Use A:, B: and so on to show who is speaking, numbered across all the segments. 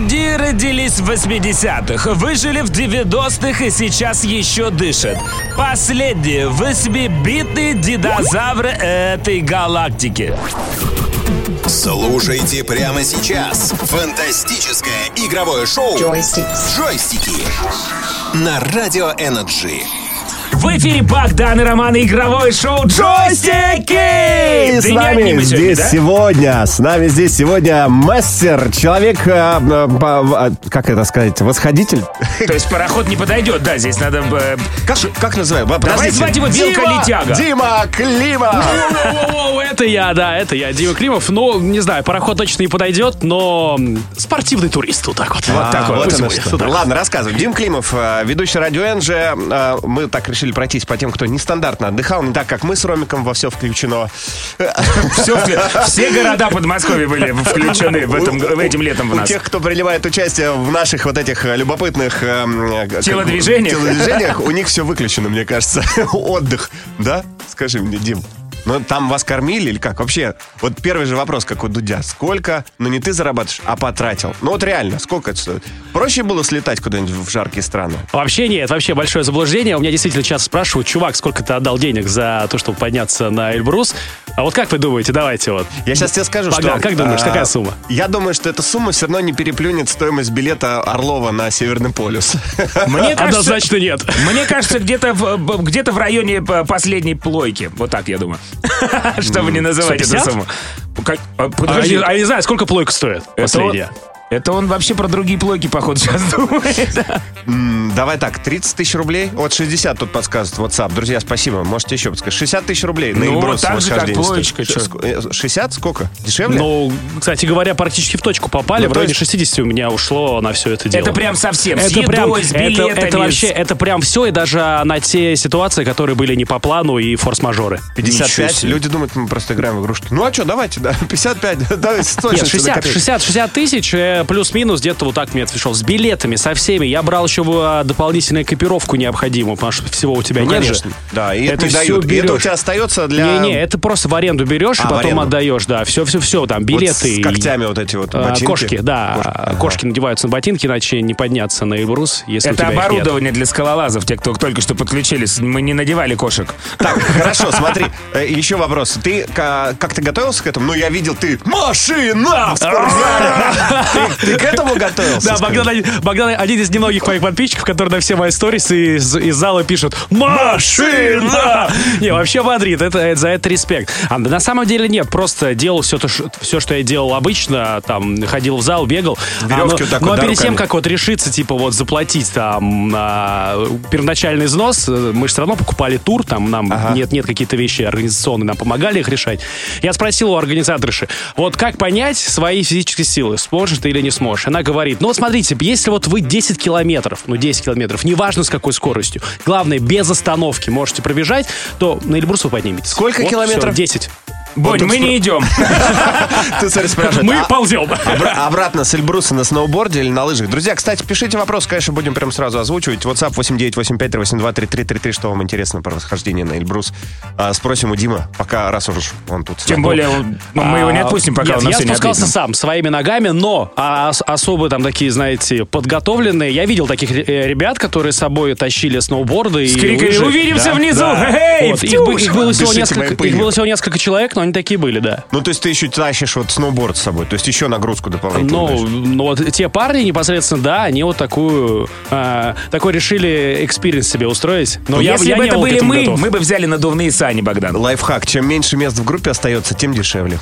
A: Другие родились в 80-х, выжили в 90-х и сейчас еще дышат. Последние восьмибитные динозавры этой галактики.
B: Слушайте прямо сейчас фантастическое игровое шоу «Джойстики» на Радио Энерджи.
A: В эфире Богдан и Роман и игровое шоу «Джойстики».
C: И
A: Э, Да
C: с
A: и не одни
C: нами
A: мы сегодня,
C: здесь
A: да?
C: сегодня, с нами здесь сегодня мастер, человек, а, а, по- а, как это сказать, восходитель?
A: То есть пароход не подойдет, да, здесь надо... э,
C: Как, как называют?
A: Давай звать его Белка Летяга.
C: Дима Клима.
D: Воу-воу-воу, это я, да, это я, Дима Климов. Ну, не знаю, пароход точно не подойдет, но м, спортивный турист вот так вот.
C: Вот так А, вот.
D: Пусть
C: оно
D: будет.
C: что. Ладно, рассказывай. Дим Климов, э, ведущий радио Энджи. Э, Мы так решили пройтись по тем, кто нестандартно отдыхал, не так, как мы с Ромиком, во все включено.
A: Все, вклю- все города Подмосковья были включены в этом, в этим летом в
C: У
A: нас.
C: тех, кто принимает участие в наших вот этих э, любопытных... э, м, э, как-
A: Телодвижениях.
C: телодвижениях, у них все выключено, мне кажется. Отдых. Да? Скажи мне, Дим. Ну, там вас кормили или как? Вообще, вот первый же вопрос, как у Дудя. Сколько, ну, не ты зарабатываешь, а потратил? Ну, вот реально, сколько это стоит? Проще было слетать куда-нибудь в жаркие страны?
D: Вообще нет, вообще большое заблуждение. У меня действительно часто спрашивают, чувак, сколько ты отдал денег за то, чтобы подняться на Эльбрус? А вот как вы думаете, давайте вот.
C: Я сейчас тебе скажу,
D: Богдан,
C: что...
D: как думаешь,
C: а,
D: какая сумма?
C: Я думаю, что эта сумма все равно не переплюнет стоимость билета Орлова на Северный полюс.
A: Мне кажется,
D: Однозначно нет.
A: Мне кажется, где-то в, где-то в районе п- последней плойки. Вот так, я думаю. Чтобы не называть эту
D: 150?
A: сумму. Как- а,
D: А
A: Подожди,
D: я,
A: а
D: а я не знаю, сколько плойка стоит
A: это он-
D: последняя.
A: это он вообще про другие плойки, походу, сейчас думает.
C: М, Давай так, 30 тысяч рублей. Вот 60 тут подсказывает WhatsApp. Друзья, спасибо. Можете еще подсказать. 60 тысяч рублей на
A: Ну,
C: Эльбрус
A: так же, как
C: восхождение стоит.
A: плоечка, чё.
C: Ск- э, 60? Сколько? Дешевле?
D: Ну, кстати говоря, практически в точку попали.
C: Ну,
D: в
C: то
D: районе
C: есть-
D: 60 у меня ушло на все это дело.
A: Это прям совсем. С
D: Это прям,
A: едой, с
D: это,
A: билетами.
D: это вообще,
A: с-
D: это прям все, и даже на те ситуации, которые были не по плану и форс-мажоры.
C: 55. Люди думают, мы просто играем в игрушки. Ну а что, давайте, да. 55. Давай, с
D: Нет,
C: точностью до
D: 60,
C: копейки.
D: 60, 60 тысяч, э, плюс-минус, где-то вот так мне отвечал. С билетами, со всеми. Я брал еще э, дополнительную экипировку необходимую, потому что всего у тебя
C: Ну,
D: нет же.
C: конечно. Да, и
D: Это
C: это, не
D: всё
C: дают. И это у
D: берёшь.
C: тебя остается для...
D: Не-не, это просто в аренду берешь
C: А,
D: и
C: в
D: потом
C: аренду.
D: отдаешь, да. Все-все-все, там,
C: Вот
D: билеты.
C: с
D: и-
C: когтями вот эти вот
D: А,
C: ботинки.
D: Кошки, да. а,
C: Кошки, ага.
D: Кошки надеваются на ботинки, иначе не подняться на Эльбрус, если у
A: Это
D: тебя их нет.
A: оборудование для скалолазов, те, кто только что подключились. Мы не надевали кошек.
C: Так, хорошо, смотри. Э, Еще вопрос. Ты ка- как ты готовился к этому? Ну, я видел, ты машина в спортзале. Ты ты к этому готовился?
D: Да,
C: скажи?
D: Богдан, один- Богдан один из немногих моих подписчиков, который на все мои сторис из, из зала пишет «Машина!» Не, вообще бодрит, это, это- за это респект. А на самом деле нет, просто делал все, то, ш- все, что я делал обычно, там, ходил в зал, бегал. А,
C: Веревки
D: но-
C: вот так
D: но
C: вот, да,
D: перед тем,
C: руками.
D: как вот решиться, типа, вот заплатить там а, первоначальный взнос, э, мы же все равно покупали тур, там нам нет, нет какие-то вещи организационные, нам помогали их решать. Я спросил у организаторши, вот как понять свои физические силы, сможешь ты или не сможешь? Она говорит, ну вот смотрите, если вот вы 10 километров, ну 10 километров, неважно с какой скоростью, главное, без остановки можете пробежать, то на Эльбрус вы подниметесь.
C: Сколько
D: Вот, всё,
C: километров?
D: 10.
A: Бонь,
C: тут
A: мы не идем.
C: Ты, смотри, спрашивает.
D: Мы
C: а-
D: ползем.
C: обра- Обратно с Эльбруса на сноуборде или на лыжах. Друзья, кстати, пишите вопрос, конечно, будем прям сразу озвучивать. WhatsApp 8985323333, что вам интересно про восхождение на Эльбрус. А, Спросим у Димы, пока раз уж он тут. с
A: Тем
C: нами.
A: более, он- мы его не
D: А,
A: отпустим, пока
D: нет,
A: он на
D: я
A: все не
D: спускался
A: ответит.
D: сам, своими ногами, но а, ос- особо там такие, знаете, подготовленные. Я видел таких ре- э, ребят, которые с собой тащили сноуборды.
A: С
D: и
A: криками
D: лыжи.
A: «Увидимся внизу! Эй,
D: Вот, их, бы- их
A: втюш!»
D: было всего
C: Дышите моей
D: несколько,
C: пылью.
D: их было всего несколько человек, но они такие были, да.
C: Ну, то есть ты еще тащишь вот сноуборд с собой, то есть еще нагрузку дополнительно.
D: Ну,
C: даешь.
D: ну вот те парни непосредственно, да, они вот такую, а, такой решили экспириенс себе устроить. Но Ну, я,
A: Если
D: я
A: бы
D: не
A: это
D: был к
A: были
D: этому
A: мы,
D: готов.
A: мы бы взяли надувные сани, Богдан.
C: Лайфхак. Чем меньше мест в группе остается, тем дешевле.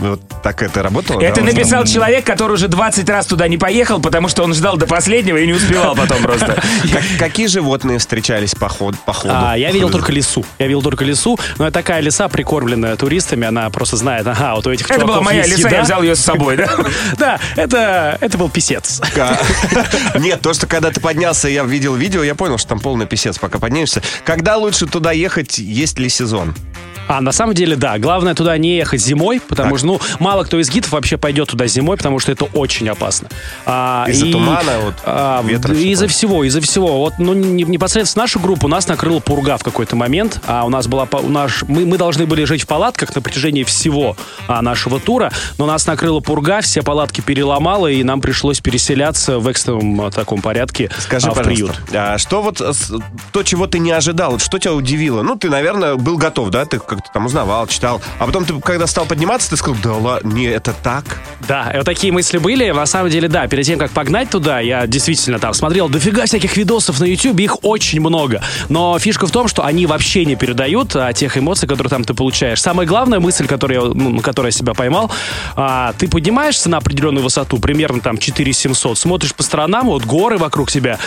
C: Вот так это работало?
A: Это
C: да?
A: написал человек, который уже 20 раз туда не поехал, потому что он ждал до последнего и не успевал потом просто.
C: Как- какие животные встречались по, ход- по ходу?
D: А, я видел только лису. Я видел только лису. Но это такая лиса, прикормленная туристами, она просто знает, ага, вот у этих
A: Это
D: чуваков
A: была моя
D: есть
A: лиса, я
D: еда.
A: взял ее с собой, да?
D: Да, это, это был писец.
C: Ка- Нет, то, что когда ты поднялся, я видел видео, я понял, что там полный писец, пока поднимешься. Когда лучше туда ехать, есть ли сезон?
D: А на самом деле, да, главное туда не ехать зимой, потому что, ну, мало кто из гидов вообще пойдет туда зимой, потому что это очень опасно. А,
C: Из-за
D: и-
C: тумана, вот,
D: а,
C: ветра,
D: да,
C: что
D: Из-за
C: ли?
D: всего, из-за всего. Вот, ну, не- непосредственно нашу группу нас накрыла пурга в какой-то момент. А у нас была, по- у нас, мы, мы должны были жить в палатках на протяжении всего а, нашего тура, но нас накрыла пурга, все палатки переломала, и нам пришлось переселяться в экстренном а, таком порядке
C: Скажи,
D: а, в
C: пожалуйста,
D: приют.
C: а что вот с- то, чего ты не ожидал, вот что тебя удивило? Ну, ты, наверное, был готов, да? Ты как-то там узнавал, читал. А потом ты, когда стал подниматься, ты сказал, да ладно, не, это так.
D: Да, и вот такие мысли были. На самом деле, да, перед тем, как погнать туда, я действительно там смотрел дофига всяких видосов на YouTube, их очень много. Но фишка в том, что они вообще не передают а, тех эмоций, которые там ты получаешь. Самая главная мысль, которую я, ну, на которой я себя поймал, а, ты поднимаешься на определенную высоту, примерно там 4700, смотришь по сторонам, вот горы вокруг тебя,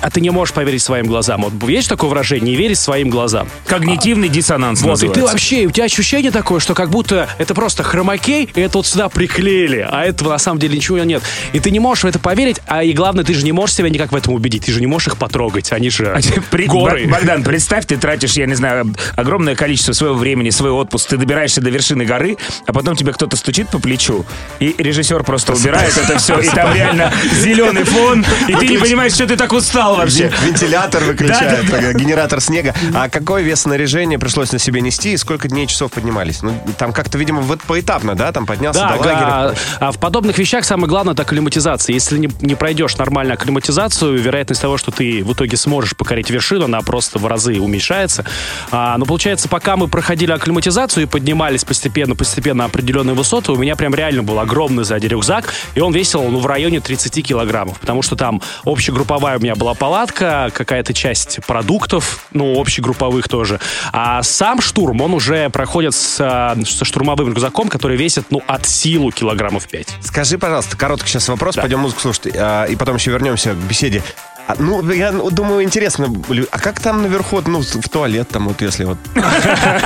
D: а ты не можешь поверить своим глазам. Вот есть такое выражение, не верить своим глазам.
A: Когнитивный диссонанс
D: Вот, и
A: называется.
D: ты вообще, у тебя ощущение такое, что как будто это просто хромакей, и это вот сюда приклеили, а этого на самом деле ничего нет. И ты не можешь в это поверить, а и главное, ты же не можешь себя никак в этом убедить, ты же не можешь их потрогать, они же
A: При-
D: горы.
A: Бо- Богдан, представь, ты тратишь, я не знаю, огромное количество своего времени, свой отпуск, ты добираешься до вершины горы, а потом тебе кто-то стучит по плечу, и режиссер просто убирает это все, и там реально зеленый фон, и ты не понимаешь, что ты так устал вообще.
C: Вен- Вентилятор выключают,
A: Да-да-да.
C: э, генератор снега. А какое вес снаряжения пришлось на себе нести и сколько дней часов поднимались? Ну, там как-то, видимо, вот поэтапно, да? Там поднялся
D: Да,
C: до
D: да,
C: лагеря.
D: а в подобных вещах самое главное это акклиматизация. Если не, не пройдешь нормально акклиматизацию, вероятность того, что ты в итоге сможешь покорить вершину, она просто в разы уменьшается. А, но получается, пока мы проходили акклиматизацию и поднимались постепенно, постепенно определенные высоты, у меня прям реально был огромный сзади рюкзак, и он весил ну, в районе 30 килограммов, потому что там общегрупповая у меня была палатка, какая-то часть продуктов, ну, общегрупповых тоже. А сам штурм, он уже проходит с, а, со штурмовым рюкзаком, который весит, ну, от силу килограммов 5.
C: Скажи, пожалуйста, короткий сейчас вопрос, пойдем музыку слушать, а, и потом еще вернемся к беседе. А, ну, я думаю, интересно, лю- а как там наверху, вот, ну, в туалет там вот, если вот... Ну,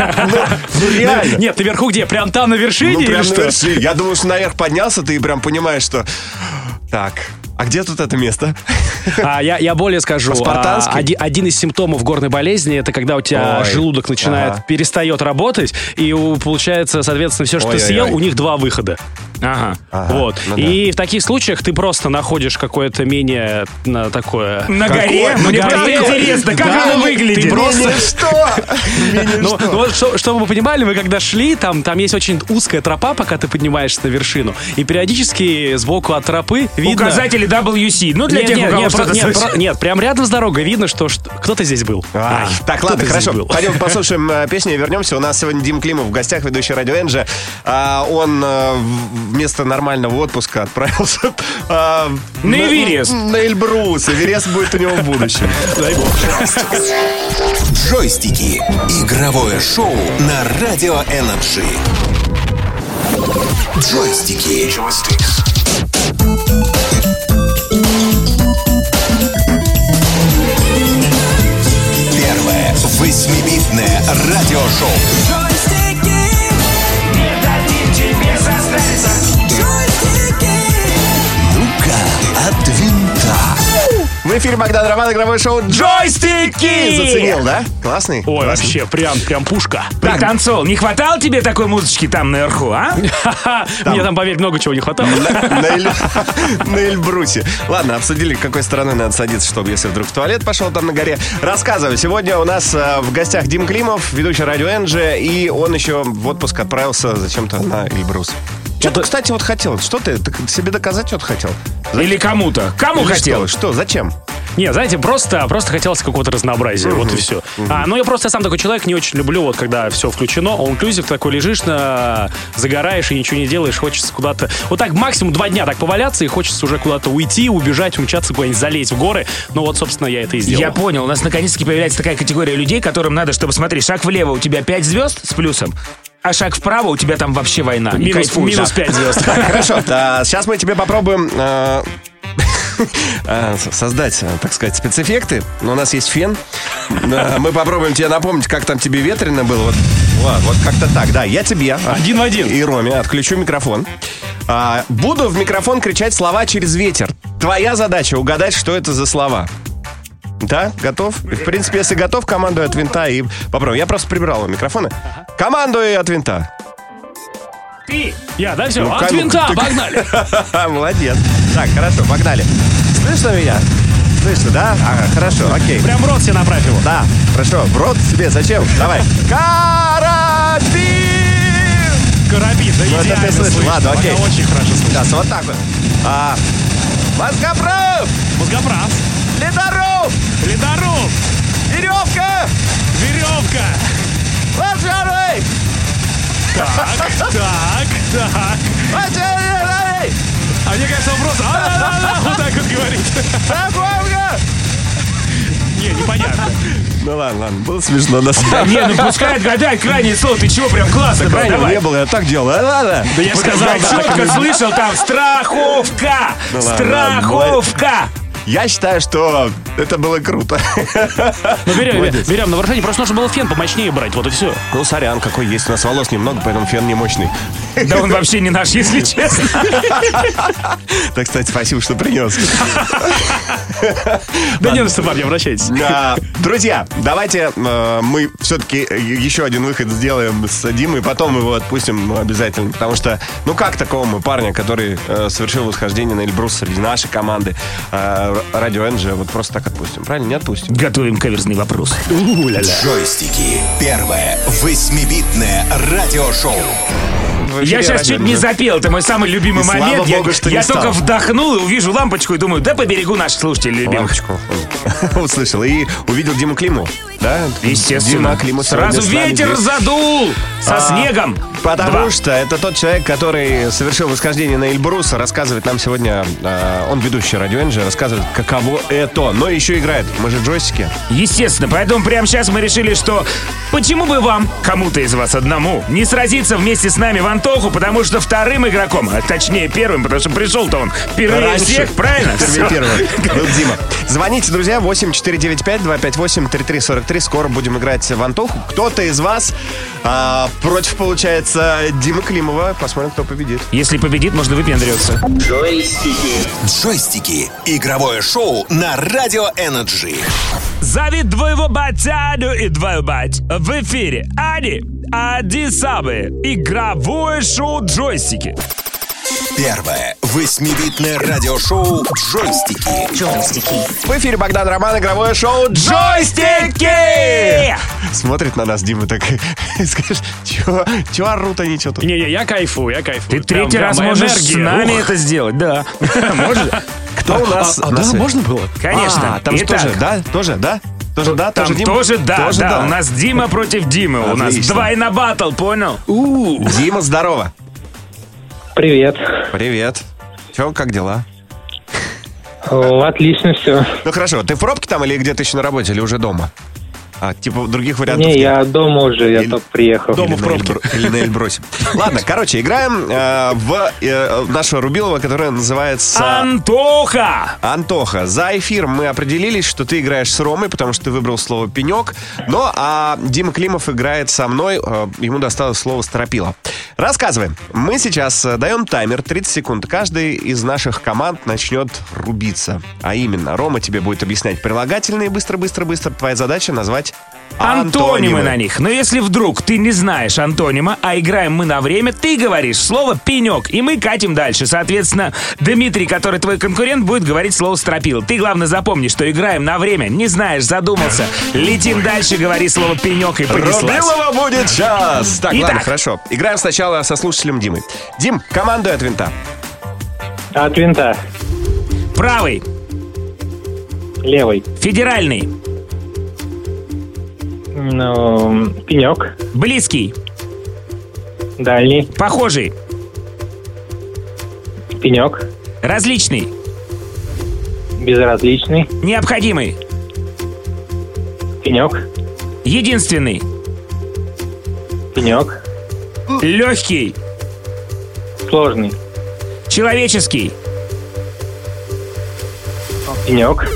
C: ну, реально.
D: Нет, наверху где? Прям там на вершине
C: Ну,
D: или
C: прям на
D: что?
C: вершине. Я думаю, что наверх поднялся, ты прям понимаешь, что... Так, а где тут это место?
D: А, я, я более скажу.
C: По-спартански?
D: а, оди- один, из симптомов горной болезни это когда у тебя
C: Ой.
D: желудок начинает
C: Ага.
D: перестает работать, и у- получается, соответственно, все, что ты съел,
C: Ой-ой-ой.
D: у них два выхода.
A: Ага.
C: Ага,
D: вот.
C: ну да.
D: И в таких случаях ты просто находишь какое-то менее э, на такое.
A: На горе?
D: На
A: Мне
D: горе.
A: просто интересно,
D: Да,
A: как оно выглядит?
D: ты просто-
C: Что?
D: Ну, ну вот, что- чтобы вы понимали, мы когда шли, там, там есть очень узкая тропа, пока ты поднимаешься на вершину. И периодически сбоку от тропы видно...
A: Указатели WC. Ну, для
D: Нет,
A: тех,
D: нет,
A: у кого
D: нет,
A: что-то
D: про- нет,
A: слышит.
D: про- нет, прям рядом с дорогой видно, что, что- кто-то здесь был.
C: Ай, А, так,
D: кто-то
C: ладно,
D: здесь
C: хорошо.
D: был.
C: Пойдем послушаем э, песню и вернемся. У нас сегодня Дим Климов в гостях, ведущий радио Энджи. А, Он э, в- вместо нормального отпуска отправился а,
A: На Эверест.
C: На Эльбрус. Эверест будет у него в будущем.
B: Джойстики. Игровое шоу на Радио Энерджи. Джойстики. Первое восьмибитное радиошоу
E: Джойстики, не дадим тебе застряться. Джойстики,
B: «Ну-ка, от винта».
C: В эфире Богдан Роман, игровое шоу «Джойстики». Заценил, да? Классный?
D: Ой,
C: Классный.
D: вообще, прям, прям пушка.
A: Пританцовал. Не хватало тебе такой музычки там наверху, а?
D: Мне там, поверь, много чего не хватало.
C: на, Эль- на Эльбрусе. Ладно, обсудили, какой стороны надо садиться, чтобы если вдруг в туалет пошел там на горе. Рассказываю, сегодня у нас э, в гостях Дим Климов, ведущий радио Энджи, и он еще в отпуск отправился зачем-то на Эльбрус. Что ты, кстати, вот хотел? Что ты? Ты себе доказать что-то хотел?
A: Или кому-то. Кому
C: Или
A: хотелось?
C: Что? Что? Зачем?
D: Не, знаете, просто, просто хотелось какого-то разнообразия, вот и все. А, ну, я просто сам такой человек, не очень люблю, вот, когда все включено, он инклюзив, такой лежишь, на... загораешь и ничего не делаешь, хочется куда-то... Вот так максимум два дня так поваляться, и хочется уже куда-то уйти, убежать, умчаться куда-нибудь, залезть в горы. Ну, вот, собственно, я это и сделал.
A: Я понял, у нас наконец-таки появляется такая категория людей, которым надо, чтобы, смотри, шаг влево у тебя 5 звезд с плюсом, а шаг вправо у тебя там вообще война. И
D: Минус,
A: кайфуешь.
D: минус пять звезд.
C: Хорошо, А, сейчас мы тебе попробуем э, э, с- создать, э, так сказать, спецэффекты. Но у нас есть фен. Да, Мы попробуем тебе напомнить, как там тебе ветрено было. Вот, вот, вот как-то так, да. Я тебе
D: Один в один.
C: и Роме отключу микрофон. А, Буду в микрофон кричать слова через ветер. Твоя задача угадать, что это за слова. Да, готов? В принципе, если готов, командуй от винта и попробуем. Я просто прибрал микрофоны. Команду и от винта.
D: Ты! Я, да, все,
C: Ну,
D: от
C: кому-
D: винта,
C: ты-
D: погнали!
C: Ха-ха, Молодец. Так, хорошо, погнали. Слышно меня? Слышно, да? Ага, хорошо, окей.
D: Прям в рот себе направь его.
C: Да, хорошо. В рот себе зачем? Давай. Карабин!
D: Карабин, да
C: Ну, это
D: идеально
C: ты слышал.
D: слышно.
C: Ладно, окей.
D: Пока очень хорошо слышно.
C: Сейчас вот так вот. А, Мозгоправ!
D: Мозгоправ,
C: Ледоруб!
D: ледоруб,
C: Веревка!
D: веревка.
C: Поджарый!
D: Так, так, так.
C: Поджарый!
D: А мне кажется, он просто «А-да-да-да», вот так вот говорит.
C: Загонка!
D: Не, непонятно.
C: Ну ладно, ладно, было смешно на самом деле.
A: Не, ну пускай отгадает крайнее слово. Ты чего, прям классно,
C: Крайнего
A: давай.
C: не было, я так делал. Да ладно.
A: Да я сказал,
C: да, так и
A: четко
C: было.
A: слышал там страховка!
C: Ну ладно,
A: страховка!
C: Я считаю, что это было круто.
D: Ну, берем, берем на вооружение. Просто нужно было фен помощнее брать, вот и все.
C: Ну, сорян, какой есть. У нас волос немного, поэтому фен не мощный.
A: Да он вообще не наш, если честно.
C: Так, кстати, спасибо, что принес.
D: Да не на что, парни, обращайтесь.
C: Да. Друзья, давайте э, мы все-таки еще один выход сделаем с Димой, потом его отпустим ну, обязательно, потому что, ну как такого мы парня, который э, совершил восхождение на Эльбрус среди нашей команды э, Радио НЖ, вот просто так отпустим, правильно? Не отпустим.
A: Готовим каверзный вопрос.
B: Джойстики. Первое восьмибитное радиошоу.
C: В эфире
A: Я сейчас
C: Радио
A: чуть не
C: NJ.
A: запел, это мой самый любимый
C: И слава
A: момент. Я-
C: богу, что
A: я
C: не стал.
A: только вдохнул и увижу лампочку и думаю, да поберегу наших слушателей любимых.
C: Лампочку. Услышал и увидел Диму Климу. Да?
A: Естественно.
C: Дима Климу сегодня
A: Сразу
C: с нами
A: ветер
C: здесь. А,
A: задул со снегом.
C: Потому
A: Два.
C: что это тот человек, который совершил восхождение на Эльбрус, рассказывает нам сегодня, э, он ведущий радио Энджи, рассказывает, каково это, но еще играет. Мы же джойстики.
A: Естественно, поэтому прямо сейчас мы решили, что почему бы вам, кому-то из вас одному, не сразиться вместе с нами в Антоху, потому что вторым игроком, а точнее первым, потому что пришел-то он впервые
C: Раньше.
A: всех, правильно?
C: Впервые
A: Всё.
C: первым был Дима. Звоните, друзья, 8495-258-3343. Скоро будем играть в Антоху. Кто-то из вас а, против, получается, Димы Климова. Посмотрим, кто победит.
A: Если победит, можно выпендриться.
B: Джойстики. Игровое шоу на Радио Энерджи.
A: Зови двоего батяню и двою бать. В эфире Ани, Ади Сабы. Игровое шоу «Джойстики».
B: Первое восьмибитное радиошоу «Джойстики».
C: В эфире Богдан Роман, игровое шоу «Джойстики». Смотрит на нас Дима так и скажет, чего, чего орут они, что тут?
D: Не-не, я кайфую, я
A: Ты
D: кайфую.
A: третий раз можешь с нами это сделать, да. Может?
C: Кто у нас? на связи?
D: было?
A: Конечно.
C: А, там же
A: Итак,
C: тоже, да? Тоже, да? Тоже, да?
A: Там
C: Дима?
A: тоже да,
C: Тоже
A: да. У нас Дима против Димы. У нас
C: Отлично.
A: двойна батл, понял?
C: Дима, здорово.
F: Привет.
C: Привет. Че, как дела?
F: О, Отлично все.
C: Ну хорошо, ты в пробке там или где-то еще на работе, или уже дома? А, типа других вариантов
F: Не,
C: нет?
F: я дома уже, я
C: Или-
F: только приехал.
C: Или на Эльбру- Или на Эльбрусе. Ладно, короче, играем э, в э, нашу Рубилова, которая называется...
A: А, Антоха!
C: Антоха, за эфир мы определились, что ты играешь с Ромой, потому что ты выбрал слово «пенек». Но а Дима Климов играет со мной, э, ему досталось слово «стропила». Рассказываем. Мы сейчас э, даем таймер 30 секунд. Каждый из наших команд начнет рубиться. А именно, Рома тебе будет объяснять прилагательные быстро-быстро-быстро. Твоя задача назвать
A: Антонимы на них. Но если вдруг ты не знаешь антонима, а играем мы на время, ты говоришь слово «пенек», и мы катим дальше. Соответственно, Дмитрий, который твой конкурент, будет говорить слово «стропил». Ты, главное, запомни, что играем на время. Не знаешь, задумался. Летим дальше, говори слово «пенек» и понеслась.
C: Рубилова будет сейчас! Так,
A: Итак.
C: ладно, хорошо. Играем сначала со слушателем Димой. Дим, командуй от винта.
F: От винта.
A: Правый,
F: Левый.
A: федеральный,
F: Ну, пенек.
A: близкий,
F: Дальний.
A: похожий,
F: Пенек.
A: различный,
F: Безразличный.
A: необходимый,
F: Пенек.
A: единственный,
F: Пенек.
A: легкий,
F: Сложный.
A: человеческий,
F: Пенек.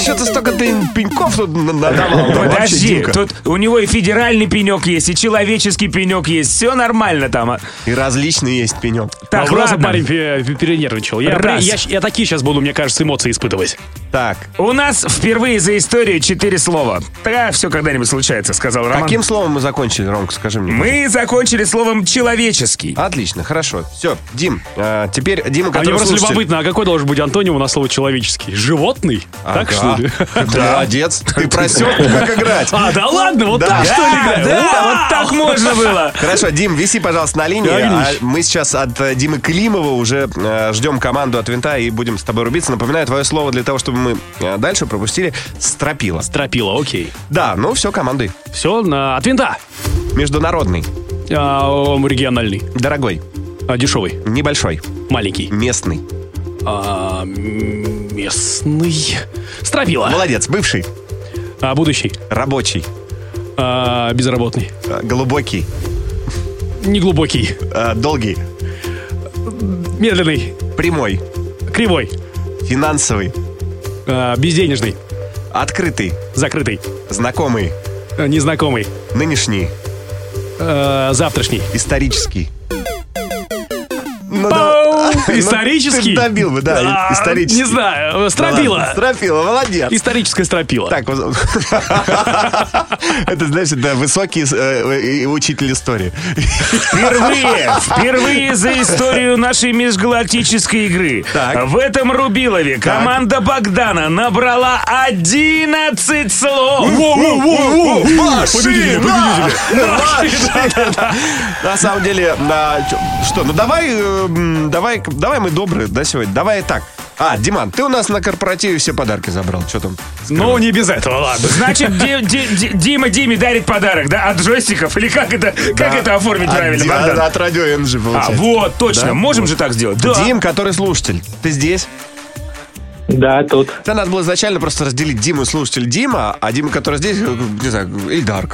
C: Что-то столько ты пеньков тут на- надавал. да, вообще
A: Подожди,
C: дико.
A: тут у него и федеральный пенек есть, и человеческий пенек есть. Все нормально там.
C: И различный есть пенек.
A: Так,
D: просто
A: ладно.
D: парень пе- пе- перенервничал. Я,
A: Раз.
D: я щ- я такие сейчас буду, мне кажется, эмоции испытывать.
C: Так,
A: У нас впервые за историю четыре слова. Да, все когда-нибудь случается, сказал Роман.
C: каким словом мы закончили, Ромка, скажи мне?
A: Мы закончили словом «человеческий».
C: Отлично, хорошо. Все, Дим, э, теперь Дима,
D: А
C: который
D: мне просто
C: слушатель.
D: любопытно, а какой должен быть антоним у нас слово человеческий? Животный?
C: А,
D: так
C: да.
D: что ли?
C: Ты молодец, ты просек, как играть.
D: А, да ладно, вот
C: Да.
D: так что ли
A: Да,
D: играть?
A: да,
D: Вау!
A: вот так можно было.
C: Хорошо, Дим, виси, пожалуйста, на линии.
D: Да,
C: А мы сейчас от э, Димы Климова уже э, ждем команду от винта и будем с тобой рубиться. Напоминаю, твое слово для того, чтобы мы э, дальше пропустили стропила.
D: Стропила, окей.
C: Да, ну все, команды.
D: Все, на, от винта.
C: Международный,
D: А, ом, региональный,
C: дорогой,
D: а, дешевый,
C: небольшой,
D: маленький,
C: местный.
D: а, м, местный, стропила,
C: Молодец, бывший,
D: а, будущий,
C: рабочий,
D: а, безработный,
C: э, глубокий,
D: неглубокий,
C: э, долгий,
D: медленный,
C: прямой,
D: кривой,
C: финансовый,
D: а, безденежный,
C: открытый,
D: закрытый,
C: знакомый,
D: а, незнакомый,
C: нынешний,
D: а, завтрашний,
C: исторический. Ну,
D: Пау!
C: Ну,
D: Исторический?
C: Ты добил бы, да,
D: А,
C: и- исторический.
D: Не знаю, э, стропила.
C: Стропила, молодец.
D: Историческая стропила. Ну,
C: Так, вот- это, знаешь, это высокий э, э, учитель истории.
A: Впервые, впервые за историю нашей межгалактической игры.
C: Так.
A: В этом Рубилове команда Богдана набрала 11 слов.
C: Победили, победители. На самом деле, на чё- что, ну давай, э, м, давай, давай мы добрые, да, сегодня? Давай так. А, Диман, ты у нас на корпоративе все подарки забрал. Что там?
D: Ну, не без этого, ладно.
A: Значит, Ди- Ди- Ди- Дима Диме дарит подарок, да, от джойстиков? Или как это, как
C: Да.
A: это оформить
C: От
A: правильно,
C: Ди-
A: Богдан?
C: От радио NG
A: А,
C: получается.
A: вот, точно,
C: Да,
A: можем
C: вот.
A: же так сделать. Да.
C: Дим, который слушатель, ты здесь?
F: Да, тут.
C: Да, надо было изначально просто разделить Диму слушатель Дима, а Дима, который здесь, э, не знаю, Ильдар.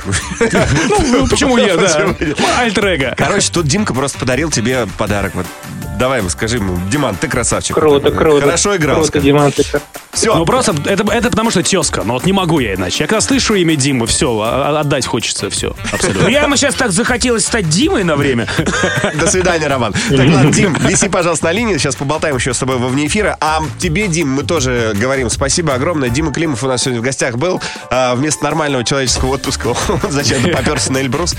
D: Ну, почему нет, да.
C: Почему нет?
A: Ну,
D: Альтрега.
C: Короче, тут Димка просто подарил тебе подарок. Вот давай ему скажи ему, Диман, ты красавчик.
F: Круто, круто.
C: Хорошо играл.
F: Круто, Диман, ты красавчик.
C: Все.
D: Ну просто это, это потому что тезка, но вот не могу я иначе. Я когда слышу имя Димы, все, отдать хочется, все, абсолютно.
A: Прямо сейчас так захотелось стать Димой на время.
C: До свидания, Роман. Так, ладно, Дим, виси, пожалуйста, на линии. Сейчас поболтаем еще с тобой во вне эфира. А тебе, Дим, мы тоже говорим спасибо огромное. Дима Климов у нас сегодня в гостях был. А вместо нормального человеческого отпуска он зачем-то поперся на Эльбрус.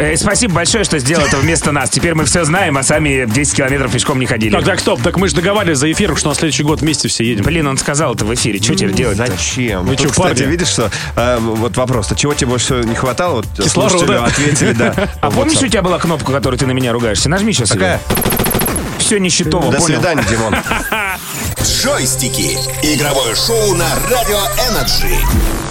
A: Э, Спасибо большое, что сделал это вместо нас. Теперь мы все знаем, а сами 10 километров пешком не ходили.
D: Так, так, стоп, так мы же договаривались за эфиром, что на следующий год вместе все едем.
A: Блин, он сказал это в эфире. Что теперь делать?
C: Зачем?
D: Вы
C: Тут,
D: чё,
C: кстати,
D: парни?
C: видишь, что э, вот вопрос, а чего тебе больше всего не хватало? Вот
D: Кислорода.
C: слушателю ответили, да.
A: А
C: Вот
A: помнишь,
C: сам.
A: у тебя была кнопка, которую ты на меня ругаешься? Нажми сейчас.
C: Какая?
A: Все нищетово,
C: До
A: понял?
C: свидания, Димон.
B: Джойстики. Игровое шоу на Радио Энерджи.